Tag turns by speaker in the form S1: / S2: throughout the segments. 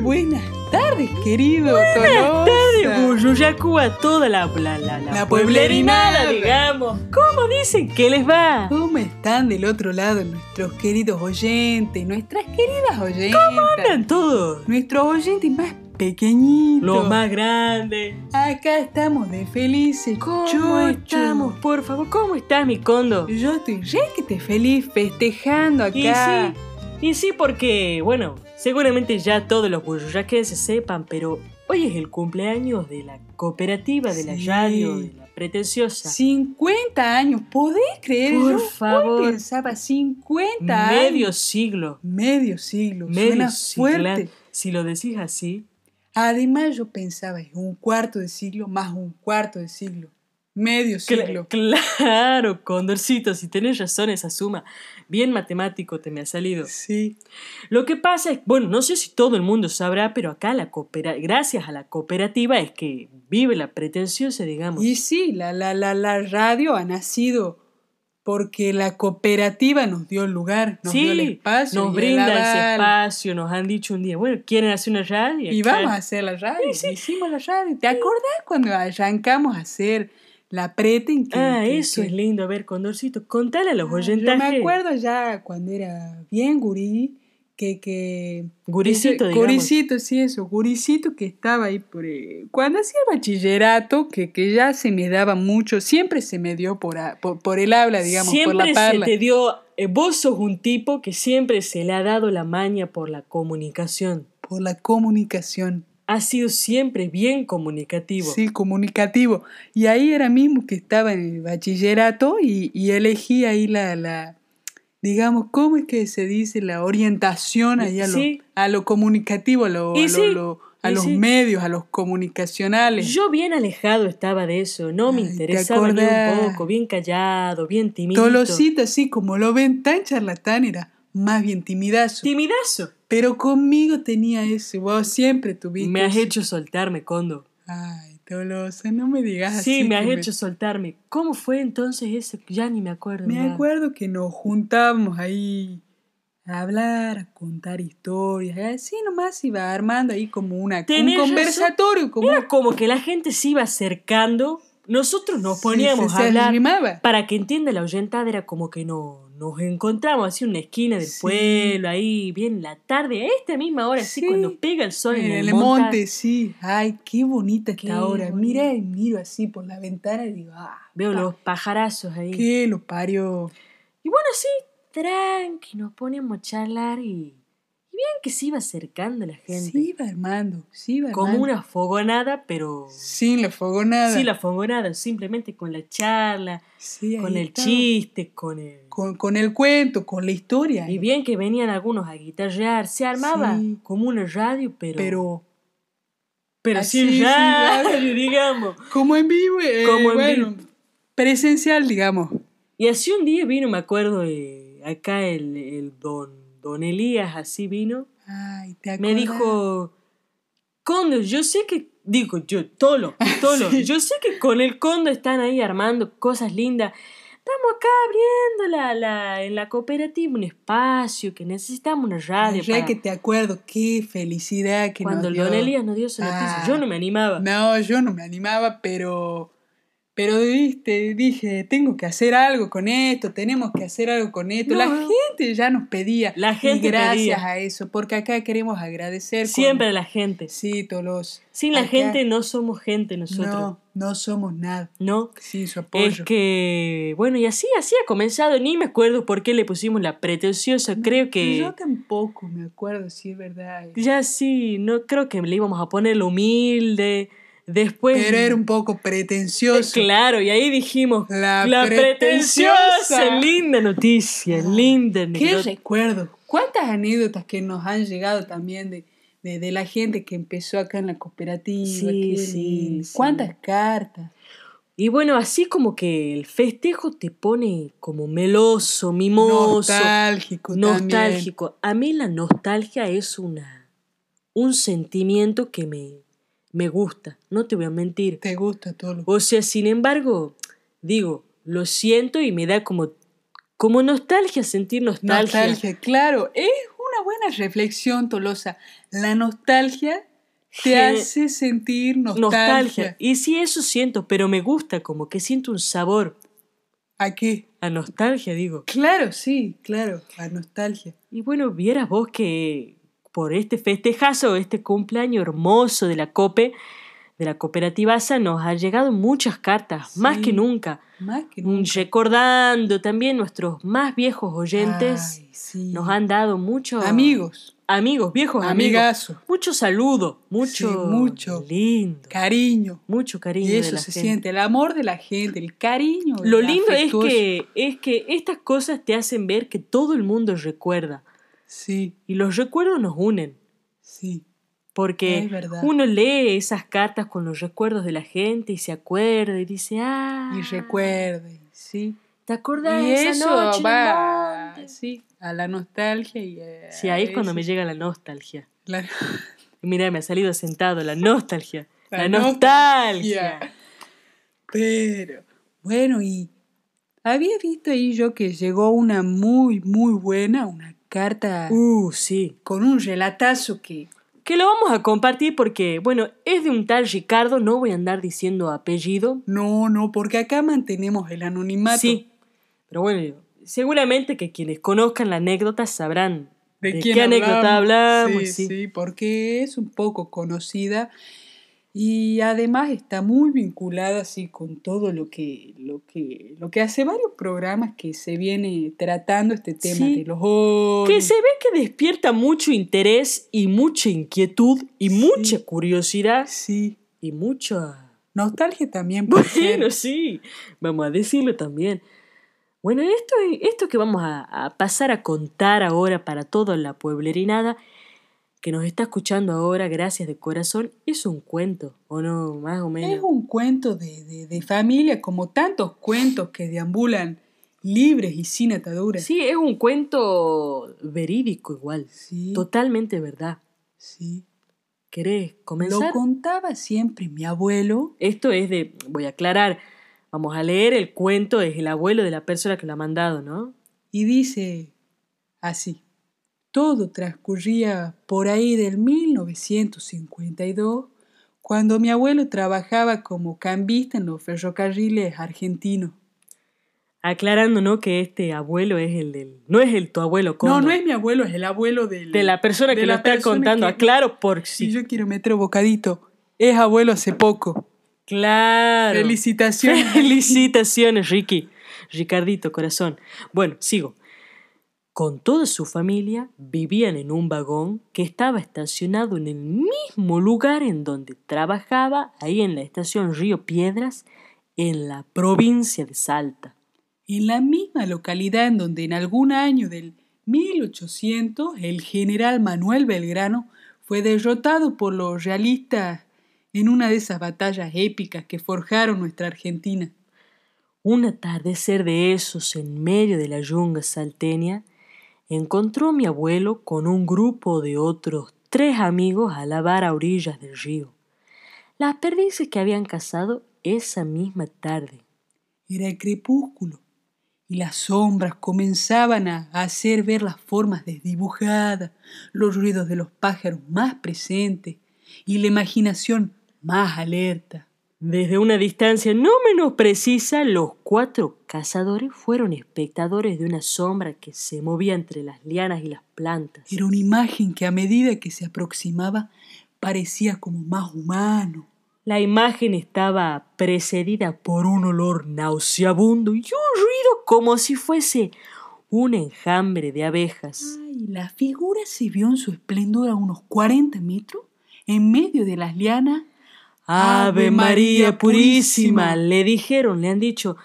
S1: Buenas tardes, querido
S2: Buenas
S1: Tolosa.
S2: tardes, Boyoyacu, a toda la, la, la, la,
S1: La
S2: pueblerinada,
S1: pueblerinada.
S2: digamos. ¿Cómo dicen que les va?
S1: ¿Cómo están del otro lado nuestros queridos oyentes, nuestras queridas oyentas?
S2: Andan todos.
S1: Nuestros oyentes más pequeñitos.
S2: Los más grandes.
S1: Acá estamos de felices.
S2: ¿Cómo
S1: Chuchu.
S2: estamos, por favor? ¿Cómo estás, mi condo?
S1: Yo estoy re que te feliz festejando
S2: Y
S1: acá.
S2: sí, y sí, porque, bueno, seguramente ya todos los boyoyaques se sepan, pero hoy es el cumpleaños de la cooperativa, de la
S1: Sí.
S2: radio, de la pretenciosa.
S1: 50 años, ¿podés creer?
S2: Por
S1: Yo
S2: favor.
S1: hoy pensaba 50
S2: Medio
S1: años.
S2: siglo.
S1: Medio siglo,
S2: Medio
S1: suena
S2: siglo.
S1: fuerte.
S2: Si lo decís así,
S1: Además, yo pensaba, es un cuarto de siglo más un cuarto de siglo. Medio
S2: Cla-
S1: siglo.
S2: Claro, Condorcito, si tenés razón esa suma. Bien matemático te me ha salido.
S1: Sí.
S2: Lo que pasa es, bueno, no sé si todo el mundo sabrá, pero acá la coopera- gracias a la cooperativa es que vive la pretenciosa, digamos.
S1: Y sí, la, la, la, la radio ha nacido porque la cooperativa nos dio el lugar, nos dio el espacio.
S2: nos
S1: y el
S2: brinda ese
S1: aval.
S2: espacio, nos han dicho un día, bueno, quieren hacer una radio.
S1: Y
S2: Acá-
S1: vamos a hacer la radio. Hicimos la radio. ¿Te acordás cuando arrancamos a hacer la preta en que-
S2: Ah,
S1: que-
S2: eso
S1: que-
S2: es lindo. A ver, Condorcito, contale a los
S1: Ah,
S2: oyentes.
S1: Yo me acuerdo ya cuando era bien gurí, que... que
S2: Guricito,
S1: ese-
S2: digamos.
S1: Guricito, sí, eso. Guricito que estaba ahí por... eh, cuando hacía bachillerato, que, que ya se me daba mucho, siempre se me dio por, a- por, por el habla, digamos,
S2: siempre
S1: por la parla.
S2: se te dio, eh, vos sos un tipo que siempre se le ha dado la maña por la comunicación.
S1: Por la comunicación.
S2: Has sido siempre bien comunicativo.
S1: Sí, comunicativo. Y ahí era mismo que estaba en el bachillerato y, y elegí ahí la, la, digamos, ¿cómo es que se dice? La orientación ahí a, lo,
S2: Eh, Sí.
S1: a lo comunicativo, a, lo-
S2: Y
S1: a lo-
S2: sí,
S1: lo- a
S2: y
S1: los
S2: sí.
S1: medios, a los comunicacionales.
S2: Yo bien alejado estaba de eso, no me
S1: Ay, ¿te
S2: interesaba ni un
S1: acordás?
S2: poco, bien callado, bien timido.
S1: Tolosita, así como lo ven, tan charlatán era, más bien timidazo.
S2: Timidazo.
S1: Pero conmigo tenía eso, vos siempre tuviste
S2: Me has
S1: eso.
S2: hecho soltarme, Condo.
S1: Ay, Tolosa, no me digas así.
S2: sí, me has
S1: que
S2: hecho soltarme. ¿Cómo fue entonces eso? Ya ni me acuerdo.
S1: Me
S2: mirá.
S1: acuerdo que nos juntábamos ahí a hablar, a contar historias, así nomás iba armando ahí como una, un
S2: Tenés razón.
S1: conversatorio, como
S2: Era como que la gente se iba acercando, nosotros nos
S1: Sí,
S2: poníamos
S1: se- se
S2: a hablar.
S1: arrimaba.
S2: Para que entienda la oyentada, era como que no, nos encontramos así en una esquina del
S1: Sí.
S2: pueblo, ahí bien la tarde, a esta misma hora, así
S1: Sí.
S2: cuando pega el sol en, el, monte.
S1: monte, sí. Ay, qué bonita
S2: Qué
S1: está ahora.
S2: bonito.
S1: Mira y miro así por la ventana y digo, ah,
S2: Veo
S1: pa,
S2: los pajarazos ahí.
S1: qué lo parió.
S2: Y bueno, sí, tranqui, nos ponemos a charlar y, y bien que se iba acercando la gente.
S1: Sí iba armando, sí iba
S2: como
S1: armando.
S2: una fogonada, pero
S1: Sin la fogonada.
S2: sí la fogonada, simplemente con la charla,
S1: Sí, ahí
S2: con el
S1: estaba.
S2: chiste, con el...
S1: Con, con el cuento, con la historia.
S2: Y bien que venían algunos a guitarrear, se armaba
S1: Sí.
S2: como una radio, pero...
S1: Pero
S2: pero
S1: así,
S2: sí,
S1: Ah, sí,
S2: radio, digamos.
S1: Como en vivo, eh,
S2: Como en
S1: bueno,
S2: vivo.
S1: presencial, digamos.
S2: Y así un día vino, me acuerdo, eh, acá el, el don, don Elías, así vino,
S1: Ay, ¿te
S2: me
S1: acordás?
S2: dijo, Condo, yo sé que, digo yo, Tolo, Tolo,
S1: Ah, Sí.
S2: yo sé que con el Condo están ahí armando cosas lindas. Estamos acá abriendo la, la- en la cooperativa un espacio que necesitamos una radio.
S1: Re
S2: para-
S1: que te acuerdo, qué felicidad que
S2: Cuando
S1: nos
S2: el
S1: dio.
S2: Don Elías nos dio su noticia,
S1: Ah.
S2: yo no me animaba.
S1: No, yo no me animaba, pero pero viste, dije, tengo que hacer algo con esto, tenemos que hacer algo con esto.
S2: No,
S1: la
S2: no.
S1: gente ya nos pedía.
S2: La gente
S1: y gracias
S2: pedía.
S1: a eso, porque acá queremos agradecer. con-
S2: Siempre a la gente.
S1: Sí, Tolos.
S2: Sin la
S1: Acá-
S2: gente no somos gente nosotros.
S1: No, no somos nada.
S2: ¿No?
S1: Sin su apoyo.
S2: Es que, bueno, y así, así ha comenzado. Ni me acuerdo por qué le pusimos la pretenciosa. Creo que...
S1: Yo tampoco me acuerdo, sí, es verdad.
S2: Ya sí, no creo que le íbamos a poner lo humilde. Después.
S1: Pero era un poco pretencioso.
S2: Claro, y ahí dijimos. La,
S1: La
S2: pretenciosa.
S1: pretenciosa.
S2: Linda noticia, linda
S1: Qué
S2: anécdota.
S1: recuerdo. Cuántas anécdotas que nos han llegado también de, de, de la gente que empezó acá en la cooperativa.
S2: Sí,
S1: qué
S2: sí,
S1: lindo.
S2: sí.
S1: Cuántas cartas.
S2: Y bueno, así como que el festejo te pone como meloso, mimoso,
S1: Nostálgico. también.
S2: nostálgico. A mí la nostalgia es una un sentimiento que me, me gusta, no te voy a mentir.
S1: Te gusta todo lo
S2: O sea, sin embargo, digo, lo siento y me da como, como nostalgia sentir nostalgia.
S1: Nostalgia, claro. Es una buena buena reflexión, Tolosa. La nostalgia te hace sentir nostalgia.
S2: Nostalgia. Y sí, eso siento, pero me gusta, como que siento un sabor
S1: ¿A qué?
S2: a nostalgia, digo.
S1: Claro, sí, claro, a nostalgia.
S2: Y bueno, vieras vos que por este festejazo, este cumpleaños hermoso de la COPE, de la cooperativa ASA, nos han llegado muchas cartas, más
S1: Sí.
S2: que nunca.
S1: Más que
S2: Mm,
S1: nunca.
S2: Recordando también nuestros más viejos oyentes,
S1: Ay, sí.
S2: nos han dado muchos
S1: Amigos,
S2: amigos, viejos amigos.
S1: amigazos,
S2: Mucho saludo, mucho,
S1: Sí, mucho.
S2: lindo,
S1: cariño.
S2: mucho cariño.
S1: Y
S2: de
S1: eso
S2: la
S1: se
S2: gente.
S1: siente, el amor de la gente, el cariño.
S2: Lo
S1: el
S2: lindo es
S1: afectuoso.
S2: que, es que estas cosas te hacen ver que todo el mundo recuerda
S1: Sí,
S2: y los recuerdos nos unen.
S1: sí, es
S2: Porque
S1: verdad.
S2: uno lee esas cartas con los recuerdos de la gente y se acuerda y dice, ah,
S1: Y recuerden, sí.
S2: ¿te acordás
S1: Y
S2: de
S1: eso
S2: esa noche? en el
S1: va,
S2: monte?"
S1: sí, a la nostalgia y a
S2: Sí, ahí es cuando me
S1: eso.
S2: llega la nostalgia.
S1: La-
S2: Mira, me ha salido sentado la nostalgia. La,
S1: La
S2: nostalgia.
S1: nostalgia. Pero, bueno, y había visto ahí yo que llegó una muy, muy buena, una carta
S2: Uh, sí.
S1: con un relatazo que...
S2: Que lo vamos a compartir porque, bueno, es de un tal Ricardo, no voy a andar diciendo apellido,
S1: No, no, porque acá mantenemos el anonimato.
S2: Sí, pero bueno, seguramente que quienes conozcan la anécdota sabrán de,
S1: quién
S2: qué anécdota hablamos.
S1: Sí,
S2: sí.
S1: sí, porque es un poco conocida y además está muy vinculada así con todo lo que, lo que, lo que hace varios programas que se viene tratando este tema
S2: Sí.
S1: de los jóvenes.
S2: Que se ve que despierta mucho interés y mucha inquietud y mucha curiosidad
S1: Sí.
S2: y mucha...
S1: Nostalgia también puede ser.
S2: Bueno, sí, vamos a decirlo también. Bueno, esto, esto que vamos a, a pasar a contar ahora para toda la pueblerinada que nos está escuchando ahora, gracias de corazón, es un cuento, ¿o no? Más o menos.
S1: Es un cuento de, de- de familia, como tantos cuentos que deambulan libres y sin ataduras.
S2: Sí, es un cuento verídico igual,
S1: Sí,
S2: totalmente verdad.
S1: sí.
S2: ¿Querés comenzar?
S1: Lo contaba siempre mi abuelo.
S2: Esto es de, voy a aclarar, vamos a leer el cuento, es el abuelo de la persona que lo ha mandado, ¿no?
S1: y dice así. Todo transcurría por ahí del 1952, cuando mi abuelo trabajaba como cambista en los ferrocarriles argentinos.
S2: Aclarando, ¿no? Que este abuelo es el del... No es el tu abuelo, Cóndor.
S1: No, no es mi abuelo, es el abuelo del-
S2: De la persona que
S1: de
S2: lo
S1: la
S2: está
S1: persona
S2: contando,
S1: que-
S2: aclaro por si...
S1: Si yo quiero meter bocadito, es abuelo hace poco.
S2: Claro.
S1: Felicitaciones.
S2: Felicitaciones, Ricky. Ricardito, corazón. Bueno, sigo. Con toda su familia vivían en un vagón que estaba estacionado en el mismo lugar en donde trabajaba, ahí en la estación Río Piedras, en la provincia de Salta.
S1: en la misma localidad en donde en algún año del 1800 el general Manuel Belgrano fue derrotado por los realistas en una de esas batallas épicas que forjaron nuestra Argentina.
S2: Un atardecer de esos en medio de la yunga salteña, encontró a mi abuelo con un grupo de otros tres amigos a lavar a orillas del río. Las perdices que habían cazado esa misma tarde.
S1: Era el crepúsculo y las sombras comenzaban a hacer ver las formas desdibujadas, los ruidos de los pájaros más presentes y la imaginación más alerta.
S2: Desde una distancia no menos precisa, los cuatro cazadores fueron espectadores de una sombra que se movía entre las lianas y las plantas.
S1: Era una imagen que a medida que se aproximaba parecía como más humano.
S2: La imagen estaba precedida por un olor nauseabundo y un ruido como si fuese un enjambre de abejas.
S1: Ay, la figura se vio en su esplendor a unos 40 metros, en medio de las lianas.
S2: Ave María Purísima, le dijeron, le han dicho,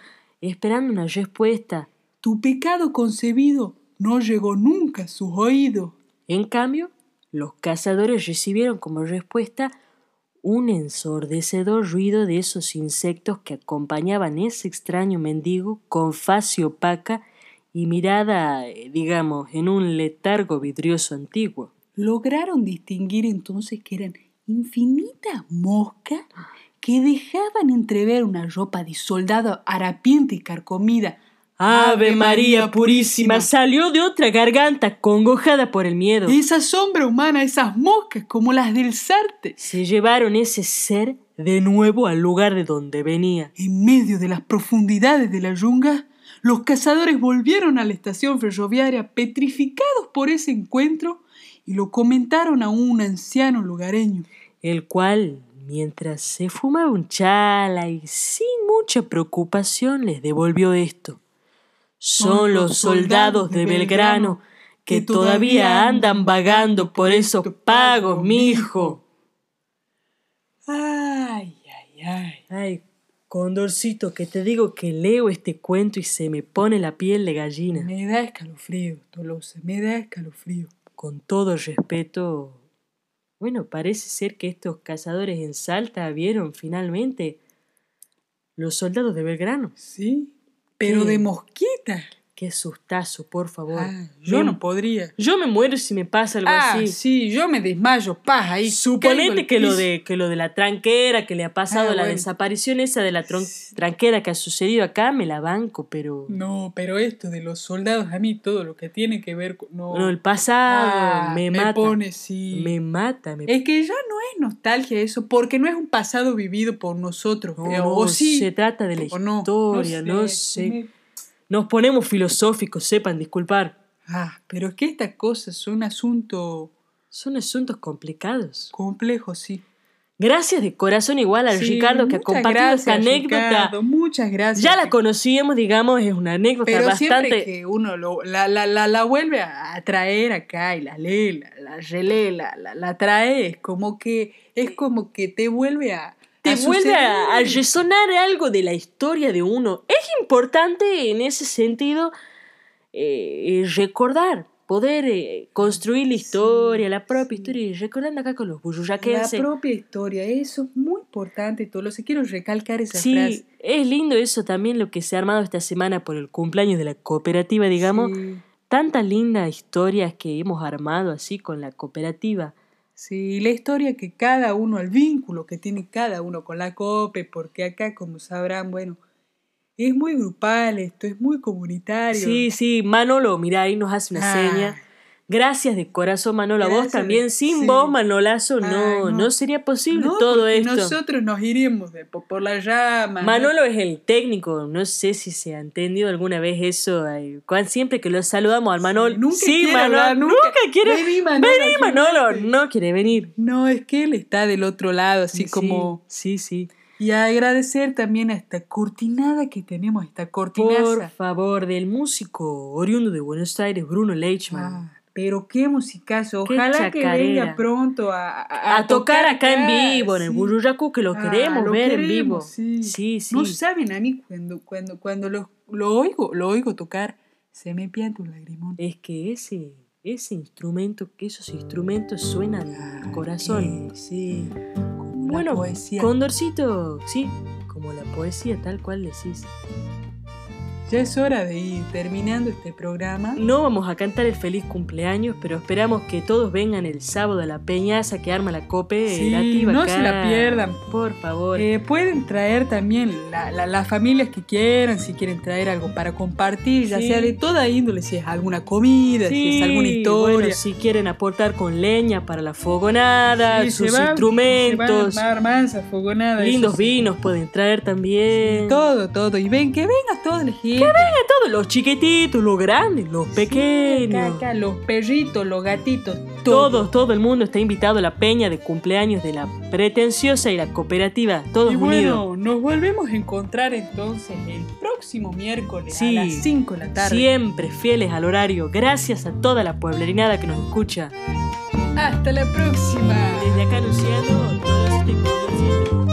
S2: esperando una respuesta.
S1: Tu pecado concebido no llegó nunca a sus oídos.
S2: En cambio, los cazadores recibieron como respuesta un ensordecedor ruido de esos insectos que acompañaban ese extraño mendigo con fase opaca y mirada, eh, digamos, en un letargo vidrioso antiguo.
S1: Lograron distinguir entonces que eran infinitas moscas que dejaban entrever una ropa de soldado harapiente y carcomida,
S2: Ave María Purísima salió de otra garganta congojada por el miedo.
S1: Esa sombra humana, esas moscas como las del Sarte,
S2: Se llevaron ese ser de nuevo al lugar de donde venía.
S1: En medio de las profundidades de la yunga, los cazadores volvieron a la estación ferroviaria petrificados por ese encuentro y lo comentaron a un anciano lugareño.
S2: el cual, mientras se fumaba un chala y sin mucha preocupación, les devolvió esto. Son los soldados de Belgrano que todavía andan vagando por esos pagos, mijo.
S1: Ay, ay, ay.
S2: Ay, Condorcito, que te digo que leo este cuento y se me pone la piel de gallina.
S1: Me da escalofrío, Tolosa, me da escalofrío.
S2: Con todo respeto, bueno, parece ser que estos cazadores en Salta vieron finalmente los soldados de Belgrano.
S1: ¿Sí? Pero
S2: ¿Qué?
S1: de mosquita.
S2: Qué sustazo, por favor.
S1: Ah, yo
S2: Me-
S1: no podría.
S2: Yo me muero si me pasa algo
S1: Ah,
S2: así.
S1: sí, yo me desmayo, paja ahí. caigo
S2: Suponete
S1: al
S2: que lo,
S1: piso.
S2: de, que lo de la tranquera, que le ha pasado
S1: Ah,
S2: la
S1: bueno.
S2: desaparición esa de la tron- tranquera que ha sucedido acá, me la banco, pero...
S1: No, pero esto de los soldados, a mí todo lo que tiene que ver con. No,
S2: No, el pasado
S1: Ah,
S2: me, mata.
S1: pone, Eh, sí.
S2: Me mata, me
S1: Es que ya no es nostalgia eso, porque no es un pasado vivido por nosotros.
S2: No,
S1: pero-
S2: no,
S1: eh, o sí,
S2: se trata de la
S1: o no,
S2: historia, no sé.
S1: me-
S2: Nos ponemos filosóficos, sepan disculpar.
S1: Ah, pero es que estas cosas son asunto
S2: Son asuntos complicados.
S1: complejo, sí.
S2: Gracias de corazón igual al
S1: Sí,
S2: Ricardo que ha
S1: muchas
S2: compartido esta
S1: gracias,
S2: anécdota.
S1: Ricardo, muchas gracias.
S2: Ya la conocíamos, digamos, es una anécdota
S1: Pero siempre
S2: bastante...
S1: que uno lo- la, la, la, la vuelve a a traer acá y la lee, la, la relee, la, la, la trae, es como que, es como que te vuelve a.
S2: te
S1: a
S2: vuelve a, a
S1: suceder.
S2: resonar algo de la historia de uno. Es importante en ese sentido eh, eh, recordar, poder eh, construir la historia, la propia historia, y recordando acá con los
S1: La
S2: buyuyaquenses.
S1: propia historia, eso es muy importante, todo lo quiero recalcar esa
S2: Sí,
S1: frase.
S2: es lindo eso también lo que se ha armado esta semana por el cumpleaños de la cooperativa, digamos.
S1: Sí,
S2: Tantas lindas historias que hemos armado así con la cooperativa.
S1: sí, la historia que cada uno, el vínculo que tiene cada uno con la COPE, porque acá, como sabrán, bueno, es muy grupal esto, es muy comunitario.
S2: Sí, sí, Manolo, mira, ahí nos hace una
S1: Ah.
S2: seña. Gracias de corazón, Manolo. a vos
S1: Gracias de-
S2: también. Sin
S1: sí.
S2: vos, Manolazo,
S1: Ay,
S2: no, no,
S1: no.
S2: sería posible
S1: No,
S2: todo
S1: porque
S2: esto.
S1: Nosotros nos iremos de- por, por las llamas. ¿no?
S2: Manolo es el técnico. No sé si se ha entendido alguna vez eso. ay, Juan, siempre que lo saludamos al Manolo.
S1: nunca
S2: sí,
S1: quiere
S2: Manolo.
S1: hablar,
S2: nunca,
S1: nunca.
S2: quiere.
S1: Vení, Manolo,
S2: Vení,
S1: aquí,
S2: Manolo.
S1: vente.
S2: No quiere venir.
S1: No, es que él está del otro lado, así
S2: Sí,
S1: como.
S2: Sí, sí.
S1: Y agradecer también a esta cortinada que tenemos, esta
S2: Por
S1: cortinaza.
S2: favor, del músico oriundo de Buenos Aires, Bruno Leichmann.
S1: Ah, pero qué musicazo.
S2: Qué
S1: Ojalá que
S2: chacarera.
S1: venga pronto a,
S2: a, tocar acá en vivo, en el
S1: sí.
S2: Bururacu, que lo
S1: Ah,
S2: queremos
S1: lo
S2: ver en
S1: queremos,
S2: vivo.
S1: sí.
S2: sí. sí.
S1: No saben a mí cuando, cuando, cuando lo, lo oigo, lo oigo tocar, se me pianta un lagrimón.
S2: Es que ese, ese instrumento, que esos instrumentos suenan al corazón.
S1: Eh, sí. Como Ah, la
S2: Bueno,
S1: poesía.
S2: Condorcito, sí, como la poesía tal cual decís.
S1: Ya es hora de ir terminando este programa.
S2: No vamos a cantar el feliz cumpleaños, pero esperamos que todos vengan el sábado a la peñaza que arma la cope. eh,
S1: Sí,
S2: la activa
S1: no se
S2: acá.
S1: la pierdan.
S2: Por favor.
S1: Eh, pueden traer también la- la- las familias que quieran, si quieren traer algo para compartir, ya
S2: Sí.
S1: sea de toda índole, si es alguna comida, si es alguna
S2: Sí,
S1: historia.
S2: bueno, si quieren aportar con leña para la fogonada,
S1: Sí,
S2: sus
S1: se va-
S2: instrumentos,
S1: Se va a armar mansa fogonada. eso
S2: lindos
S1: sí.
S2: vinos pueden traer también.
S1: Sí, todo, todo. Y ven, que venga toda la gente.
S2: Todos los chiquititos, los grandes, los
S1: Sí,
S2: pequeños.
S1: acá, acá, los perritos, los gatitos, todo.
S2: Todos, todo el mundo está invitado a la peña de cumpleaños de la pretenciosa y la cooperativa, todos
S1: Y
S2: unidos.
S1: bueno, nos volvemos a encontrar entonces el próximo miércoles
S2: Sí.
S1: a las 5 de la tarde.
S2: Siempre fieles al horario, gracias a toda la pueblerinada que nos escucha.
S1: Hasta la próxima.
S2: Desde acá anunciando todo este concierto.